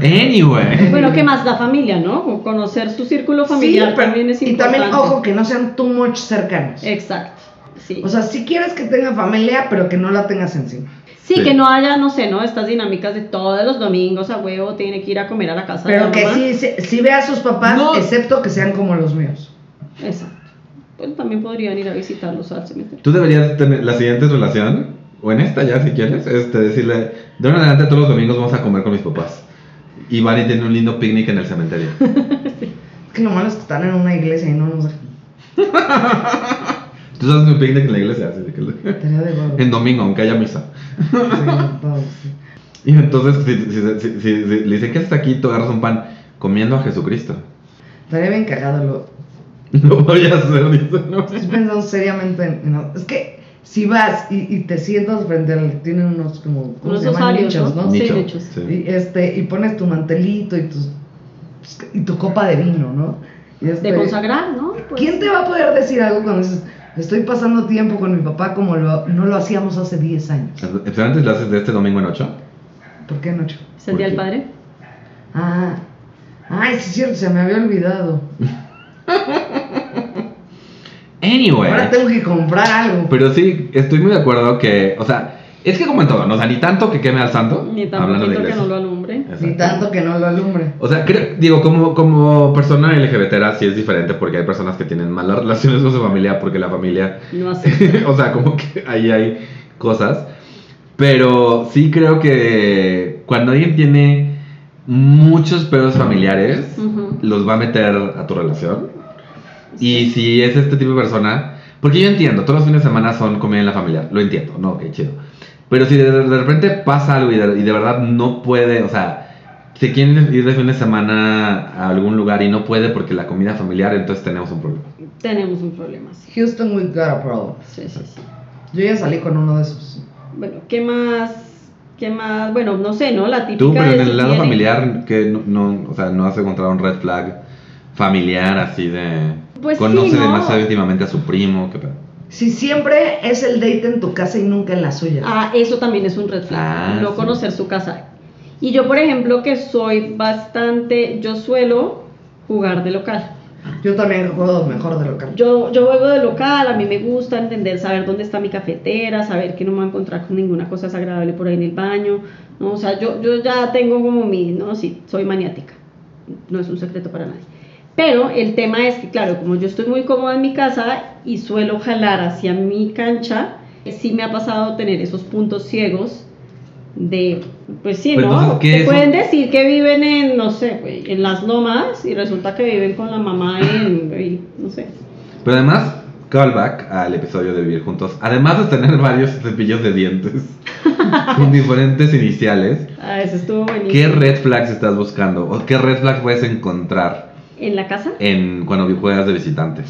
[SPEAKER 1] Anyway.
[SPEAKER 2] Bueno, ¿qué más da familia, no? O conocer su círculo familiar
[SPEAKER 3] pero-
[SPEAKER 2] también es
[SPEAKER 3] y
[SPEAKER 2] importante. Eh,
[SPEAKER 3] también, ojo, que no sean too much cercanos.
[SPEAKER 2] Exacto. Sí.
[SPEAKER 3] O sea, si quieres que tenga familia, pero que no la tengas encima.
[SPEAKER 2] sí,
[SPEAKER 1] sí.
[SPEAKER 2] que no haya, no sé, ¿no? Estas dinámicas de todos los domingos a huevo tiene que ir a comer a la casa de
[SPEAKER 3] Pero
[SPEAKER 2] la
[SPEAKER 3] que
[SPEAKER 2] mamá.
[SPEAKER 3] sí, sí, sí vea a sus papás,
[SPEAKER 1] No.
[SPEAKER 3] excepto que sean como los míos.
[SPEAKER 2] Exacto. Pues también podrían ir a visitarlos al cementerio.
[SPEAKER 1] Tú deberías tener la siguiente relación, o en esta ya si quieres, este, decirle, de ahora en adelante todos los domingos vamos a comer con mis papás. Y van y tienen un lindo picnic en el cementerio.
[SPEAKER 3] Es que lo malo es que están en una iglesia y no nos dejan.
[SPEAKER 1] Tú haces un picnic en la iglesia, así de que-
[SPEAKER 3] Tarea de babos.
[SPEAKER 1] en domingo, aunque haya misa.
[SPEAKER 3] Sí, babos, sí.
[SPEAKER 1] Y entonces, si, si- si- si- si le dicen que estás aquí, tú agarras un pan comiendo a Jesucristo.
[SPEAKER 3] Estaría bien cagado. Lo...
[SPEAKER 1] Lo voy a hacer, dice, no.
[SPEAKER 3] Estoy pensando seriamente en... en- Es que si vas y, y te sientas frente al... Tienen unos como... ¿Cómo
[SPEAKER 2] Unos
[SPEAKER 3] se llaman?
[SPEAKER 2] osarios,
[SPEAKER 3] Nichos,
[SPEAKER 2] ¿no?
[SPEAKER 3] ¿no?
[SPEAKER 2] Sí,
[SPEAKER 1] Nicho,
[SPEAKER 2] de hecho,
[SPEAKER 1] sí.
[SPEAKER 3] Y, este, y pones tu mantelito y, tus, pues, y tu copa de vino, ¿no? Y
[SPEAKER 2] De
[SPEAKER 3] este-
[SPEAKER 2] consagrar, ¿no? Pues,
[SPEAKER 3] ¿Quién te va a poder decir algo cuando dices, estoy pasando tiempo con mi papá como lo- no lo hacíamos hace 10 años?
[SPEAKER 1] Entonces, antes lo haces de este domingo en 8.
[SPEAKER 3] ¿Por qué noche?
[SPEAKER 2] Pues, ¿Es el día del
[SPEAKER 1] ¿Por qué?
[SPEAKER 2] padre?
[SPEAKER 3] Ah, ay, sí es cierto, se me había olvidado.
[SPEAKER 1] Anyway.
[SPEAKER 3] Ahora tengo que comprar algo.
[SPEAKER 1] Pero sí, estoy muy de acuerdo que, o sea, es que como en todo, no, o sea, ni tanto que queme al santo.
[SPEAKER 2] Ni tan
[SPEAKER 1] hablando de
[SPEAKER 2] poquito que
[SPEAKER 1] iglesia.
[SPEAKER 2] no lo alumbre.
[SPEAKER 1] Exacto.
[SPEAKER 3] Ni tanto que no lo alumbre.
[SPEAKER 1] O sea, creo, digo, como, como persona LGBT sí es diferente porque hay personas que tienen malas relaciones con su familia porque la familia,
[SPEAKER 2] No hace.
[SPEAKER 1] o sea, como que ahí hay cosas. Pero sí creo que cuando alguien tiene muchos pedos familiares,
[SPEAKER 2] Ujú.
[SPEAKER 1] los va a meter a tu relación. Y si es este tipo de persona, porque yo entiendo, todos los fines de semana son comida en la familia, lo entiendo, no, ok, chido. Pero si de, de repente pasa algo y de, y de verdad no puede, o sea, se quieren ir de fin de semana a algún lugar y no puede porque la comida familiar, entonces tenemos un problema.
[SPEAKER 2] Tenemos un problema, sí.
[SPEAKER 3] Houston, we got a problem.
[SPEAKER 2] Sí, sí, sí.
[SPEAKER 3] Yo ya salí con uno de esos.
[SPEAKER 2] Bueno, ¿qué más? ¿Qué más? Bueno, no sé, ¿no? La típica
[SPEAKER 1] Tú, pero
[SPEAKER 2] de
[SPEAKER 1] en
[SPEAKER 2] si
[SPEAKER 1] el lado
[SPEAKER 2] tiene-
[SPEAKER 1] familiar, que no, no, o sea, no has encontrado un red flag familiar así de...
[SPEAKER 2] Pues sí,
[SPEAKER 1] conoce
[SPEAKER 2] ¿no?
[SPEAKER 1] demasiado íntimamente a su primo. Que,
[SPEAKER 3] Si siempre es el date en tu casa y nunca en la suya.
[SPEAKER 2] Ah, eso también es un red flag,
[SPEAKER 1] Ah,
[SPEAKER 2] no
[SPEAKER 1] sí.
[SPEAKER 2] conocer su casa. Y yo, por ejemplo, que soy bastante, yo suelo jugar de local.
[SPEAKER 3] Yo también juego mejor de local.
[SPEAKER 2] Yo, yo juego de local, a mí me gusta entender, saber dónde está mi cafetera, saber que no me voy a encontrar con ninguna cosa desagradable por ahí en el baño. ¿no? O sea, yo, yo ya tengo como mi, no, sí, soy maniática. No es un secreto para nadie. Pero el tema es que, claro, como yo estoy muy cómoda en mi casa y suelo jalar hacia mi cancha, sí me ha pasado tener esos puntos ciegos de, pues sí,
[SPEAKER 1] Pero
[SPEAKER 2] ¿no?
[SPEAKER 1] entonces, ¿qué
[SPEAKER 2] Te
[SPEAKER 1] es?
[SPEAKER 2] pueden decir que viven en, no sé, güey, en las lomas y resulta que viven con la mamá en, güey, no sé.
[SPEAKER 1] Pero además, callback al episodio de Vivir Juntos. Además de tener varios cepillos de dientes con diferentes iniciales,
[SPEAKER 2] Ah, eso estuvo buenísimo.
[SPEAKER 1] ¿qué red flags estás buscando? ¿O qué red flag puedes encontrar
[SPEAKER 2] ¿En la casa?
[SPEAKER 1] en cuando juegas de visitante?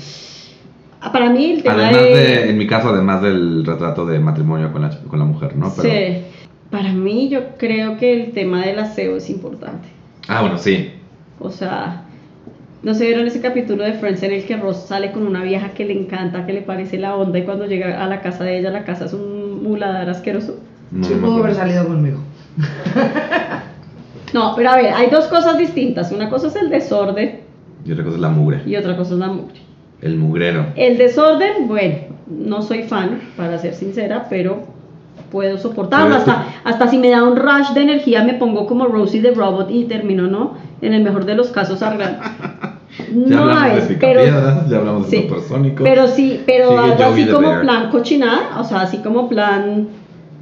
[SPEAKER 2] Ah, Para mí el tema
[SPEAKER 1] Además
[SPEAKER 2] de...
[SPEAKER 1] de, en mi caso, además del retrato de matrimonio con la, ch- con la mujer, ¿no? Pero-
[SPEAKER 2] Sí. Para mí yo creo que el tema del aseo es importante.
[SPEAKER 1] Ah, bueno, sí.
[SPEAKER 2] O sea, ¿no se vieron ese capítulo de Friends en el que Ross sale con una vieja que le encanta, que le parece la onda y cuando llega a la casa de ella, la casa es un muladar asqueroso?
[SPEAKER 1] No,
[SPEAKER 3] sí
[SPEAKER 1] no me
[SPEAKER 3] pudo haber
[SPEAKER 1] acuerdo.
[SPEAKER 3] salido conmigo.
[SPEAKER 2] No, pero a ver, hay dos cosas distintas. Una cosa es el desorden
[SPEAKER 1] Y otra cosa es la mugre.
[SPEAKER 2] y otra cosa es la mugre.
[SPEAKER 1] El mugrero.
[SPEAKER 2] El desorden, bueno, no soy fan, para ser sincera, pero puedo soportarlo.
[SPEAKER 1] Pero
[SPEAKER 2] Hasta, hasta si me da un rush de energía, me pongo como Rosie the Robot y termino, ¿no? En el mejor de los casos, arreglando.
[SPEAKER 1] Ya
[SPEAKER 2] No, a
[SPEAKER 1] hablamos
[SPEAKER 2] ver,
[SPEAKER 1] de
[SPEAKER 2] pero,
[SPEAKER 1] picapiedras, ya hablamos
[SPEAKER 2] sí.
[SPEAKER 1] de supersónicos.
[SPEAKER 2] pero sí, pero
[SPEAKER 1] Sigue
[SPEAKER 2] algo
[SPEAKER 1] Joey
[SPEAKER 2] así
[SPEAKER 1] the
[SPEAKER 2] como
[SPEAKER 1] Bear.
[SPEAKER 2] plan cochinada, o sea, así como plan,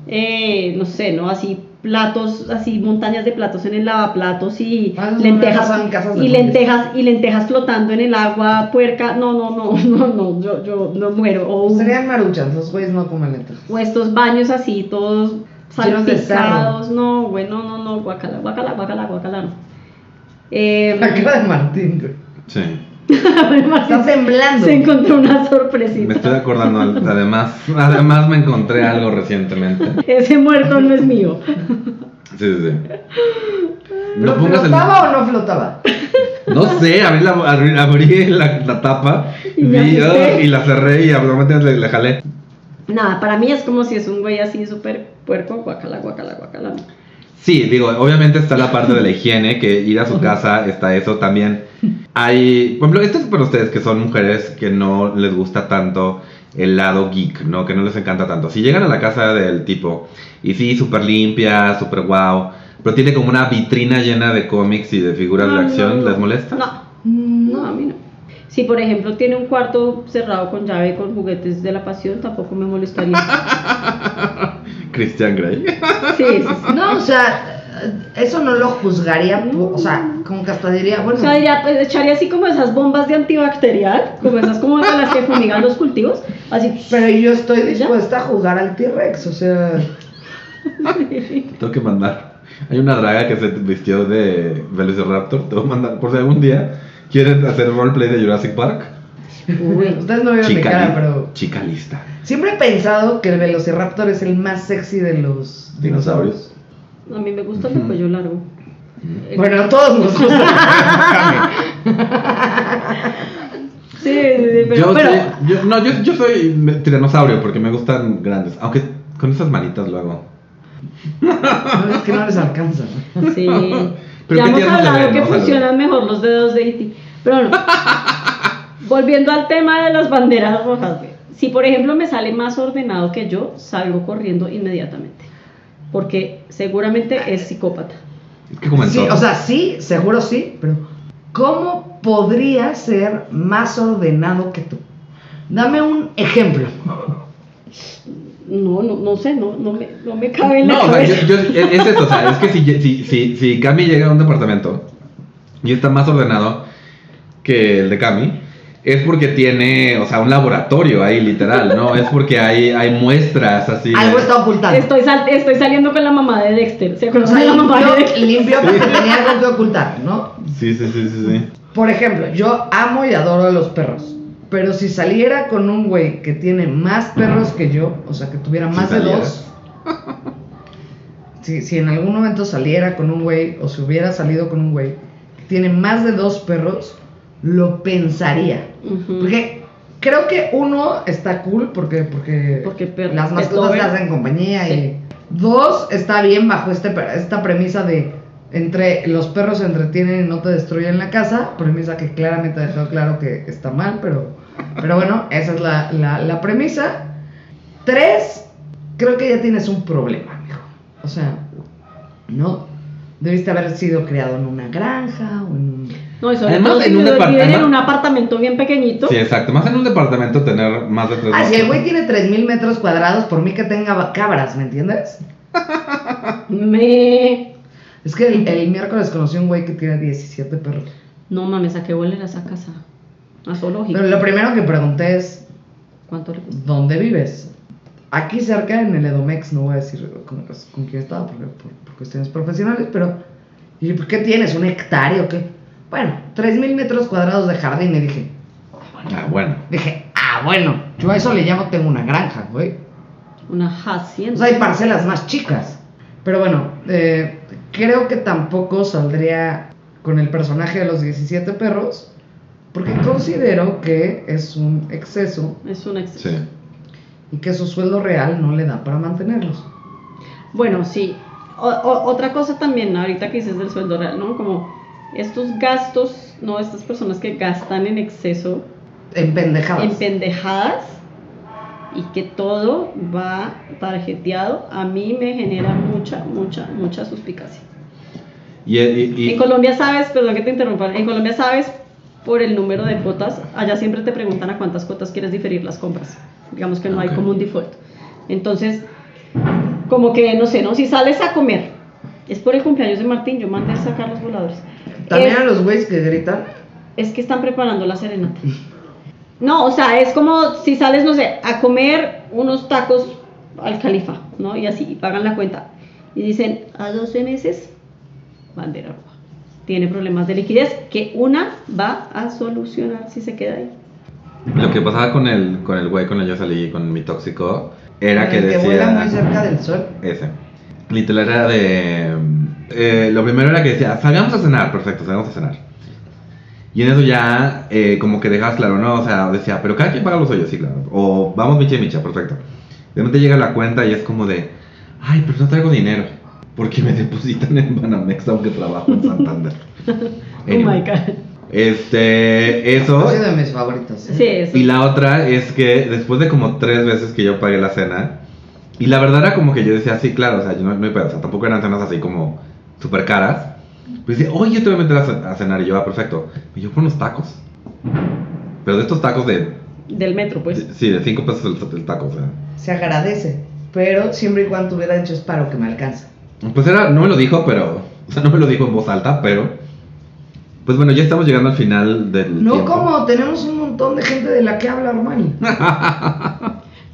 [SPEAKER 2] eh, no sé, ¿no? Así platos, así montañas de platos en el lavaplatos y
[SPEAKER 3] Ah, esas
[SPEAKER 2] lentejas
[SPEAKER 3] son casas
[SPEAKER 2] y
[SPEAKER 3] de zombies.
[SPEAKER 2] lentejas y lentejas flotando en el agua, puerca, no, no, no, no, no, yo, yo no muero. O, un-
[SPEAKER 3] Serían maruchas, los güeyes no comen lentejas.
[SPEAKER 2] o estos baños así todos
[SPEAKER 3] Llenos de
[SPEAKER 2] salpicados, no, güey, no, no, no, guacala, guacala, guacala, guacala, no. Eh,
[SPEAKER 3] La cara de Martín, güey.
[SPEAKER 1] Sí.
[SPEAKER 3] Está temblando.
[SPEAKER 2] se encontró una sorpresita.
[SPEAKER 1] Me estoy acordando, al- además, además me encontré algo recientemente.
[SPEAKER 2] Ese muerto no es mío.
[SPEAKER 1] Sí, sí, sí.
[SPEAKER 3] ¿Pero
[SPEAKER 1] No pongas el...
[SPEAKER 3] ¿Flotaba o no flotaba?
[SPEAKER 1] No sé, abrí la, abrí, abrí la, la tapa
[SPEAKER 2] Y me
[SPEAKER 1] vi,
[SPEAKER 2] asusté.
[SPEAKER 1] "Ah", y la cerré y absolutamente le, le jalé.
[SPEAKER 2] Nada, para mí es como si es un güey así súper puerco, guacala, guacala, guacala. no.
[SPEAKER 1] Sí, digo, obviamente está la parte de la higiene, que ir a su casa está eso también. Hay, por ejemplo, esto es para ustedes que son mujeres que no les gusta tanto el lado geek, ¿no? Que no les encanta tanto. Si llegan a la casa del tipo y sí, súper limpia, súper guau, pero tiene como una vitrina llena de cómics y de figuras
[SPEAKER 2] No,
[SPEAKER 1] de
[SPEAKER 2] no,
[SPEAKER 1] acción,
[SPEAKER 2] no.
[SPEAKER 1] ¿les molesta?
[SPEAKER 2] No, Mm, no, a mí no. Si por ejemplo tiene un cuarto cerrado con llave con juguetes de la pasión, tampoco me molestaría.
[SPEAKER 1] Christian Grey.
[SPEAKER 2] Sí, sí, sí.
[SPEAKER 3] No, o sea, eso no lo juzgaría. po- O sea, como que hasta diría,
[SPEAKER 2] Mm. O
[SPEAKER 3] bueno,
[SPEAKER 2] sea, diría, pues, echaría así como esas bombas de antibacterial, como esas como de las que fumigan los cultivos, así.
[SPEAKER 3] pero yo estoy
[SPEAKER 2] ¿Ya?
[SPEAKER 3] dispuesta a jugar al T-Rex, o sea.
[SPEAKER 1] Tengo que mandar. Hay una draga que se vistió de Velociraptor. Te voy a mandar. Por si algún día quieren hacer roleplay de Jurassic Park.
[SPEAKER 2] Uy.
[SPEAKER 3] Ustedes no vieron mi
[SPEAKER 1] Chica, ¿eh?
[SPEAKER 3] cara,
[SPEAKER 1] li-
[SPEAKER 3] pero.
[SPEAKER 1] chica lista.
[SPEAKER 3] Siempre he pensado que el Velociraptor es el más sexy de los dinosaurios.
[SPEAKER 1] Dinosaurios.
[SPEAKER 2] A mí me gusta el de cuello largo. Eh,
[SPEAKER 3] Bueno, a todos nos gusta.
[SPEAKER 2] Sí, sí, sí, pero,
[SPEAKER 1] yo,
[SPEAKER 2] pero-
[SPEAKER 1] soy- yo- no, yo, yo soy me- tiranosaurio porque me gustan grandes. Aunque con esas manitas lo hago.
[SPEAKER 3] No, es que no les alcanza. ¿no?
[SPEAKER 2] Sí.
[SPEAKER 1] Pero
[SPEAKER 2] ya
[SPEAKER 1] qué
[SPEAKER 2] hemos
[SPEAKER 1] tierno se
[SPEAKER 2] hablado
[SPEAKER 1] ve,
[SPEAKER 2] que
[SPEAKER 1] ¿no?
[SPEAKER 2] funcionan mejor los dedos de Iti. Pero no. Volviendo al tema de las banderas rojas. güey. Si por ejemplo me sale más ordenado que yo, salgo corriendo inmediatamente. Porque seguramente es psicópata.
[SPEAKER 1] Es que como en
[SPEAKER 3] Sí,
[SPEAKER 1] todo.
[SPEAKER 3] o sea, sí, seguro sí, pero ¿cómo podría ser más ordenado que tú? Dame un ejemplo.
[SPEAKER 2] No, no, no sé, no, no, me, no me cabe en la
[SPEAKER 1] No, o sea,
[SPEAKER 2] cabeza.
[SPEAKER 1] yo- yo- es es eso, o sea, es que si, si, si, si Cami llega a un departamento y está más ordenado que el de Cami, es porque tiene, o sea, un laboratorio ahí, literal, ¿no? Es porque hay, hay muestras así.
[SPEAKER 3] Algo
[SPEAKER 1] de-
[SPEAKER 3] está ocultando.
[SPEAKER 2] Estoy, sal- estoy saliendo con la mamá de Dexter. ¿Se
[SPEAKER 3] o
[SPEAKER 2] acuerdan
[SPEAKER 3] sea,
[SPEAKER 2] de la mamá de
[SPEAKER 3] limpio,
[SPEAKER 2] Dexter?
[SPEAKER 3] limpio porque tenía algo que ocultar, ¿no?
[SPEAKER 1] Sí, sí, sí, sí, sí.
[SPEAKER 3] Por ejemplo, yo amo y adoro a los perros. Pero si saliera con un güey que tiene más perros que yo, o sea, que tuviera
[SPEAKER 1] Si
[SPEAKER 3] más de
[SPEAKER 1] saliera.
[SPEAKER 3] dos. Si, si en algún momento saliera con un güey, o si hubiera salido con un güey que tiene más de dos perros, lo pensaría.
[SPEAKER 2] Ujú.
[SPEAKER 3] Porque creo que uno está cool porque, porque,
[SPEAKER 2] Porque per-
[SPEAKER 3] las mascotas
[SPEAKER 2] Beethoven.
[SPEAKER 3] te hacen compañía
[SPEAKER 2] Sí.
[SPEAKER 3] y dos está bien bajo este, pre- esta premisa de entre los perros se entretienen y no te destruyen la casa, premisa que claramente ha dejado claro que está mal, pero, pero bueno, esa es la, la- la premisa. Tres, creo que ya tienes un problema, amigo. O sea, ¿no? Debiste haber sido criado en una granja o en un...
[SPEAKER 2] No, y sobre
[SPEAKER 1] Además,
[SPEAKER 2] todo si
[SPEAKER 1] en un
[SPEAKER 2] lo
[SPEAKER 1] depart-
[SPEAKER 2] dividen en
[SPEAKER 1] además-
[SPEAKER 2] un apartamento bien pequeñito.
[SPEAKER 1] Sí, exacto. Más en un departamento tener más de tres
[SPEAKER 3] Ah, si el güey
[SPEAKER 1] mascotas.
[SPEAKER 3] tiene 3000 metros cuadrados, por mí que tenga va- cabras, ¿me entiendes?
[SPEAKER 2] Me...
[SPEAKER 3] Es que el, el miércoles conocí un güey que tiene 17 perros.
[SPEAKER 2] No mames, ¿a qué huele esa casa? A zoológico.
[SPEAKER 3] Pero lo primero que pregunté es:
[SPEAKER 2] ¿Cuánto le cuesta?
[SPEAKER 3] ¿dónde vives? Aquí cerca en el Edomex, no voy a decir con, pues, con quién estaba porque- por, por cuestiones profesionales, pero. Y dije, "¿Pues ¿qué tienes? ¿Un hectáreo o qué? Bueno, 3000 metros cuadrados de jardín, y dije.
[SPEAKER 1] Ah, bueno.
[SPEAKER 3] Dije, ah, bueno, yo a eso le llamo tengo una granja, güey.
[SPEAKER 2] Una
[SPEAKER 3] O
[SPEAKER 2] hacienda.
[SPEAKER 3] sea, Pues hay parcelas más chicas. Pero bueno, eh, creo que tampoco saldría con el personaje de los 17 perros, porque considero que es un exceso
[SPEAKER 2] es un ex...
[SPEAKER 1] Sí.
[SPEAKER 3] y que su sueldo real no le da para mantenerlos.
[SPEAKER 2] Bueno, sí. O- o- otra cosa también, ahorita que dices del sueldo real, ¿no? Como estos gastos, ¿no? Estas personas que gastan en exceso
[SPEAKER 3] En pendejadas.
[SPEAKER 2] en pendejadas y que todo va tarjeteado, a mí me genera mucha, mucha, mucha suspicacia.
[SPEAKER 1] Y, y- y-
[SPEAKER 2] En Colombia sabes, perdón que te interrumpa, en Colombia sabes por el número de cuotas, allá siempre te preguntan a cuántas cuotas quieres diferir las compras. Digamos que no
[SPEAKER 1] Ok.
[SPEAKER 2] hay como un default. Entonces, como que no sé, ¿no? Si sales a comer, es por el cumpleaños de Martín, yo mandé a sacar los voladores.
[SPEAKER 3] También
[SPEAKER 2] Es-
[SPEAKER 3] a los güeyes que gritan.
[SPEAKER 2] es que están preparando la serenata. No, o sea, es como si sales, no sé, a comer unos tacos al califa, ¿no? Y así, y pagan la cuenta. Y dicen, a 12 meses, bandera roja. Tiene problemas de liquidez que una va a solucionar si se queda ahí.
[SPEAKER 1] lo que pasaba con el, con el güey con el yo salí, con mi tóxico, era
[SPEAKER 3] el
[SPEAKER 1] que decía...
[SPEAKER 3] vuela muy cerca del sol.
[SPEAKER 1] Ese. Literal era de... eh, lo primero era que decía, salgamos a cenar, perfecto, salgamos a cenar. Y en eso ya eh, como que dejas claro, ¿no? O sea, decía, pero cada quien paga los suyos, sí, claro. O vamos micha y micha, perfecto. De repente llega la cuenta y es como de, ay, pero no traigo dinero. Porque me depositan en Banamex aunque trabajo en Santander.
[SPEAKER 2] Oh
[SPEAKER 1] Anyway.
[SPEAKER 2] my God.
[SPEAKER 1] Este, eso.
[SPEAKER 3] Ha sido de mis favoritos. ¿eh?
[SPEAKER 2] Sí, eso.
[SPEAKER 1] Y la otra es que después de como tres veces que yo pagué la cena, y la verdad era como que yo decía, sí, claro, o sea, yo no, no hay pedo, o sea, tampoco eran cenas así como súper caras. Pues dice, oye, yo te voy a meter a, ce- a cenar, y yo, ah, perfecto. Y yo por unos tacos. Pero de estos tacos de,
[SPEAKER 2] Del metro, pues.
[SPEAKER 1] de- sí, de 5 pesos el, el taco, o sea.
[SPEAKER 3] Se agradece. Pero siempre y cuando hubiera hecho es paro que me alcanza.
[SPEAKER 1] Pues era, no me lo dijo, pero, o sea, no me lo dijo en voz alta, pero. Pues bueno, ya estamos llegando al final del
[SPEAKER 3] No
[SPEAKER 1] tiempo.
[SPEAKER 3] como, tenemos un montón de gente de la que habla Armani.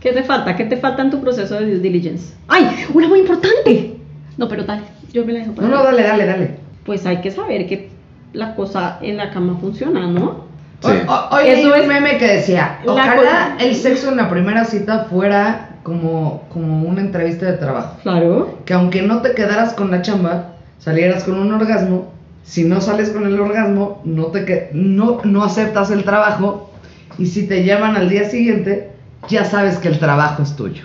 [SPEAKER 2] ¿Qué te falta? ¿Qué te falta en tu proceso de due diligence? ¡Ay! ¡Una muy importante! No, pero tal. Yo me la dejo para
[SPEAKER 3] No, no, dale, dale, dale.
[SPEAKER 2] Pues hay que saber que la cosa en la cama funciona, ¿no?
[SPEAKER 1] Sí.
[SPEAKER 3] Hoy, hoy- hoy
[SPEAKER 2] Eso
[SPEAKER 3] leí
[SPEAKER 2] es
[SPEAKER 3] un meme que decía,
[SPEAKER 2] la
[SPEAKER 3] ojalá
[SPEAKER 2] cosa-
[SPEAKER 3] el sexo en la primera cita fuera como, como una entrevista de trabajo.
[SPEAKER 2] Claro.
[SPEAKER 3] Que aunque no te quedaras con la chamba, salieras con un orgasmo, si no sales con el orgasmo, no, te que- no, no aceptas el trabajo y si te llaman al día siguiente, ya sabes que el trabajo es tuyo.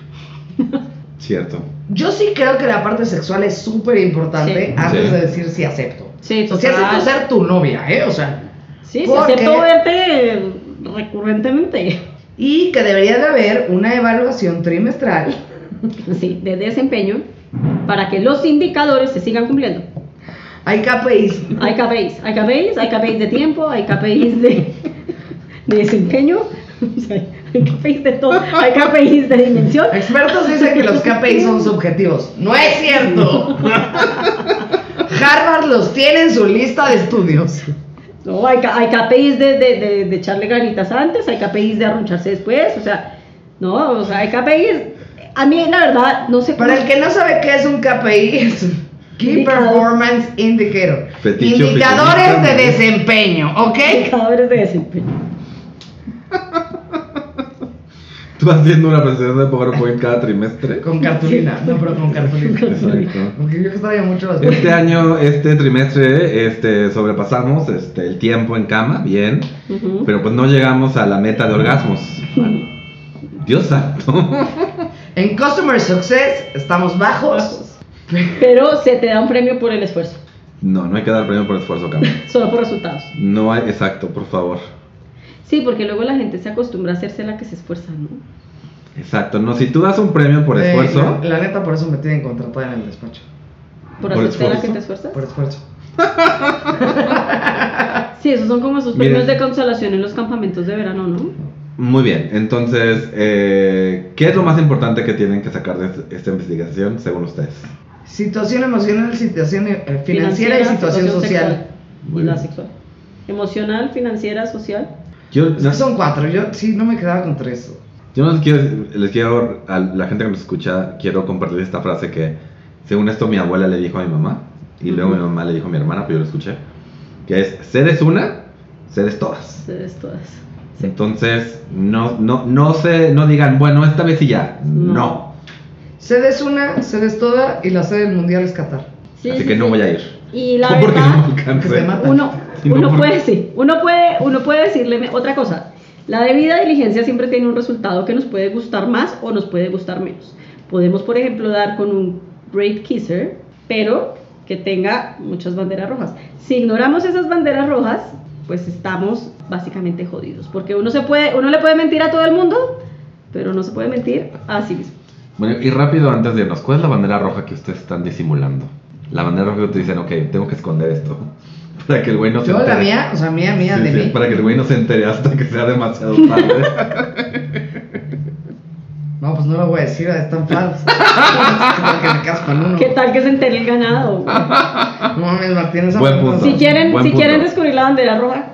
[SPEAKER 1] Cierto.
[SPEAKER 3] Yo sí creo que la parte sexual es súper importante
[SPEAKER 2] Sí.
[SPEAKER 3] antes
[SPEAKER 1] Sí.
[SPEAKER 3] de decir si acepto.
[SPEAKER 2] Sí,
[SPEAKER 3] Si
[SPEAKER 2] total.
[SPEAKER 3] acepto ser tu novia, ¿eh? O sea,
[SPEAKER 2] Sí, se
[SPEAKER 3] Porque-
[SPEAKER 2] aceptó verte eh, recurrentemente.
[SPEAKER 3] y que debería de haber una evaluación trimestral
[SPEAKER 2] Sí, de desempeño para que los indicadores se sigan cumpliendo.
[SPEAKER 3] Hay KPIs.
[SPEAKER 2] Hay KPIs, hay KPIs, hay KPIs de tiempo, hay KPIs de, de desempeño, o sea, hay KPIs de todo, hay KPIs de dimensión.
[SPEAKER 3] Expertos dicen que los KPIs son subjetivos. No es cierto. Harvard los tiene en su lista de estudios.
[SPEAKER 2] No, hay, ca- hay KPIs de, de, de, de echarle ganitas antes, hay KPIs de arruncharse después, o sea, no, o sea, hay KPIs. A mí, la verdad, no sé
[SPEAKER 3] Para
[SPEAKER 2] cómo-
[SPEAKER 3] el que no sabe qué es un KPI, es un Key
[SPEAKER 2] Indicador.
[SPEAKER 3] Performance Indicator.
[SPEAKER 1] Feticho,
[SPEAKER 3] Indicadores de
[SPEAKER 1] fetichista, ¿no?
[SPEAKER 3] desempeño, ¿ok?
[SPEAKER 2] indicadores de desempeño.
[SPEAKER 1] Tú haciendo una presentación de PowerPoint cada trimestre.
[SPEAKER 3] Con cartulina, no, pero con cartulina.
[SPEAKER 1] Exacto.
[SPEAKER 3] Porque yo extraño mucho las
[SPEAKER 1] Este año, este trimestre, este, sobrepasamos este, el tiempo en cama, bien.
[SPEAKER 2] Ujú.
[SPEAKER 1] Pero pues no llegamos a la meta de orgasmos. Dios santo.
[SPEAKER 3] En Customer Success estamos bajos.
[SPEAKER 2] Bajos. Pero se te da un premio por el esfuerzo,
[SPEAKER 1] No, no hay que dar premio por esfuerzo, Cam.
[SPEAKER 2] solo por resultados.
[SPEAKER 1] No hay, exacto, por favor.
[SPEAKER 2] Sí, porque luego la gente se acostumbra a hacerse la que se esfuerza, ¿no?
[SPEAKER 1] Exacto, no, si tú das un premio por
[SPEAKER 3] Eh,
[SPEAKER 1] esfuerzo,
[SPEAKER 3] La, la neta, por eso me tienen contratada en el despacho.
[SPEAKER 2] Por,
[SPEAKER 1] Por
[SPEAKER 2] hacerse la
[SPEAKER 1] esfuerzo.
[SPEAKER 2] que te esfuerzas.
[SPEAKER 3] Por esfuerzo.
[SPEAKER 2] Sí, esos son como sus
[SPEAKER 1] Miren.
[SPEAKER 2] premios de consolación en los campamentos de verano, ¿no?
[SPEAKER 1] muy bien. Entonces, eh, ¿qué es lo más importante que tienen que sacar de este- esta investigación, según ustedes?
[SPEAKER 3] Situación emocional, situación eh, financiera, y situación social.
[SPEAKER 1] Muy
[SPEAKER 2] y la
[SPEAKER 1] bien.
[SPEAKER 2] sexual. Emocional, financiera, social.
[SPEAKER 1] Yo,
[SPEAKER 3] Es que son cuatro, yo sí no me quedaba con tres.
[SPEAKER 1] Yo no les quiero, les quiero, a la gente que nos escucha, quiero compartir esta frase que, según esto, mi abuela le dijo a mi mamá, y luego
[SPEAKER 2] Ujú.
[SPEAKER 1] mi mamá le dijo a mi hermana, pero yo lo escuché, que es, seres una, seres todas.
[SPEAKER 2] Ustedes todas.
[SPEAKER 1] Entonces, no, no, no se, no digan, bueno, esta vez y ya, no.
[SPEAKER 2] No.
[SPEAKER 3] Sede es una, sede es toda y la sede del mundial es Qatar.
[SPEAKER 2] Sí,
[SPEAKER 1] Así
[SPEAKER 2] sí,
[SPEAKER 1] que no
[SPEAKER 2] sí.
[SPEAKER 1] voy a ir.
[SPEAKER 2] Y la
[SPEAKER 1] porque
[SPEAKER 2] verdad,
[SPEAKER 1] no me alcancé.
[SPEAKER 3] que te mata.
[SPEAKER 2] uno,
[SPEAKER 1] Sí, no,
[SPEAKER 2] uno
[SPEAKER 1] porque-
[SPEAKER 2] puede sí, uno puede, uno puede decirle me- otra cosa. La debida diligencia siempre tiene un resultado que nos puede gustar más o nos puede gustar menos. Podemos, por ejemplo, dar con un great kisser, pero que tenga muchas banderas rojas. Si ignoramos esas banderas rojas, pues estamos básicamente jodidos, porque uno se puede, uno le puede mentir a todo el mundo, pero no se puede mentir a sí mismo.
[SPEAKER 1] Bueno, y rápido antes de irnos, ¿cuál es la bandera roja que ustedes están disimulando? La bandera roja que te dicen, ok, tengo que esconder esto, para que el güey no se
[SPEAKER 3] yo, la
[SPEAKER 1] entere.
[SPEAKER 3] mía, o sea, mía, mía,
[SPEAKER 1] Sí,
[SPEAKER 3] de
[SPEAKER 1] sí,
[SPEAKER 3] mí.
[SPEAKER 1] Para que el güey no se entere hasta que sea demasiado tarde.
[SPEAKER 3] No, pues no lo voy a decir, es tan falso. Como que me casco con uno.
[SPEAKER 2] ¿Qué tal que se entere el ganado? güey?
[SPEAKER 3] No mames, Martín, esa
[SPEAKER 1] Buen
[SPEAKER 3] pregunta-
[SPEAKER 1] punto.
[SPEAKER 2] Si quieren,
[SPEAKER 1] Buen
[SPEAKER 2] si
[SPEAKER 1] punto.
[SPEAKER 2] quieren descubrir la bandera roja,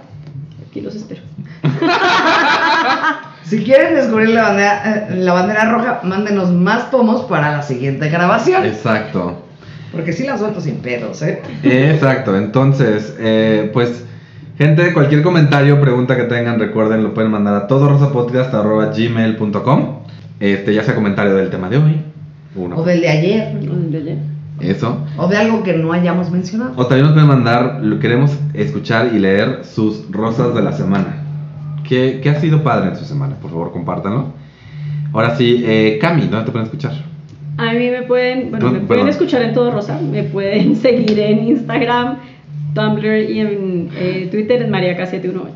[SPEAKER 2] aquí los espero.
[SPEAKER 3] Si quieren descubrir la bandera, eh, la bandera roja, mándenos más pomos para la siguiente grabación.
[SPEAKER 1] Exacto.
[SPEAKER 3] Porque sí las suelto sin pedos, ¿eh?
[SPEAKER 1] Exacto. Entonces, eh, pues, gente, cualquier comentario, pregunta que tengan, recuerden, lo pueden mandar a todorosapodcast.gmail.com. Este, ya sea comentario del tema de hoy. uno.
[SPEAKER 3] O del de ayer.
[SPEAKER 1] Eso.
[SPEAKER 3] O de algo que no hayamos mencionado.
[SPEAKER 1] O también nos pueden mandar, lo queremos escuchar y leer sus rosas de la semana. ¿Qué, qué ha sido padre en su semana? Por favor, compártanlo. Ahora sí, eh, Cami, ¿dónde te pueden escuchar?
[SPEAKER 2] A mí me pueden, bueno,
[SPEAKER 1] Tú-
[SPEAKER 2] me
[SPEAKER 1] perdón.
[SPEAKER 2] pueden escuchar en todo rosa, me pueden seguir en Instagram, Tumblr y en eh, Twitter en mariaca718.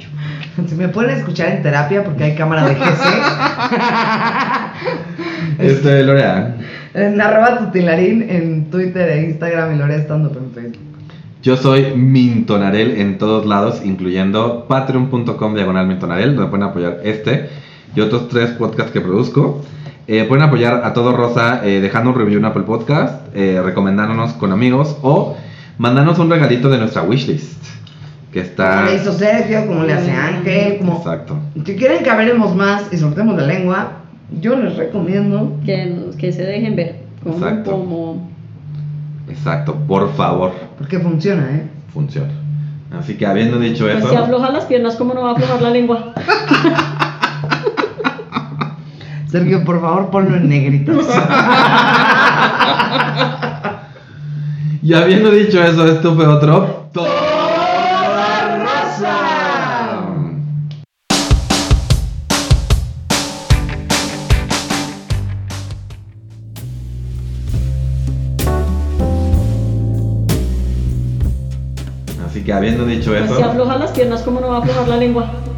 [SPEAKER 3] Si me pueden escuchar en terapia porque hay cámara de GC.
[SPEAKER 1] Este, Lorea.
[SPEAKER 3] en arroba tutilarín en Twitter e Instagram y lo haré estando en Facebook.
[SPEAKER 1] Yo soy Mintonarel en todos lados, incluyendo patreon.com diagonal Mintonarel, donde pueden apoyar este y otros tres podcasts que produzco. Eh, pueden apoyar a todo Rosa eh, dejando un review en Apple Podcast, eh, recomendándonos con amigos o mandarnos un regalito de nuestra wishlist, que
[SPEAKER 3] Como
[SPEAKER 1] está...
[SPEAKER 3] le hizo Sergio, como le hace Ángel, como...
[SPEAKER 1] Ah. Exacto.
[SPEAKER 3] Si quieren que hablemos más y soltemos la lengua, yo les recomiendo...
[SPEAKER 2] Que, nos- que se dejen ver como,
[SPEAKER 1] Exacto.
[SPEAKER 2] como
[SPEAKER 1] Exacto, por favor,
[SPEAKER 3] Porque funciona, ¿eh?
[SPEAKER 1] funciona. Así que habiendo dicho
[SPEAKER 2] pues
[SPEAKER 1] eso...
[SPEAKER 2] si afloja las piernas, ¿cómo no va a aflojar la lengua?
[SPEAKER 3] Sergio, por favor, ponlo en negritos.
[SPEAKER 1] Y habiendo dicho eso, esto fue otro... Todo- Así que habiendo dicho
[SPEAKER 2] Pues
[SPEAKER 1] eso,
[SPEAKER 2] Pues si afloja las piernas, ¿cómo no va a aflojar la lengua?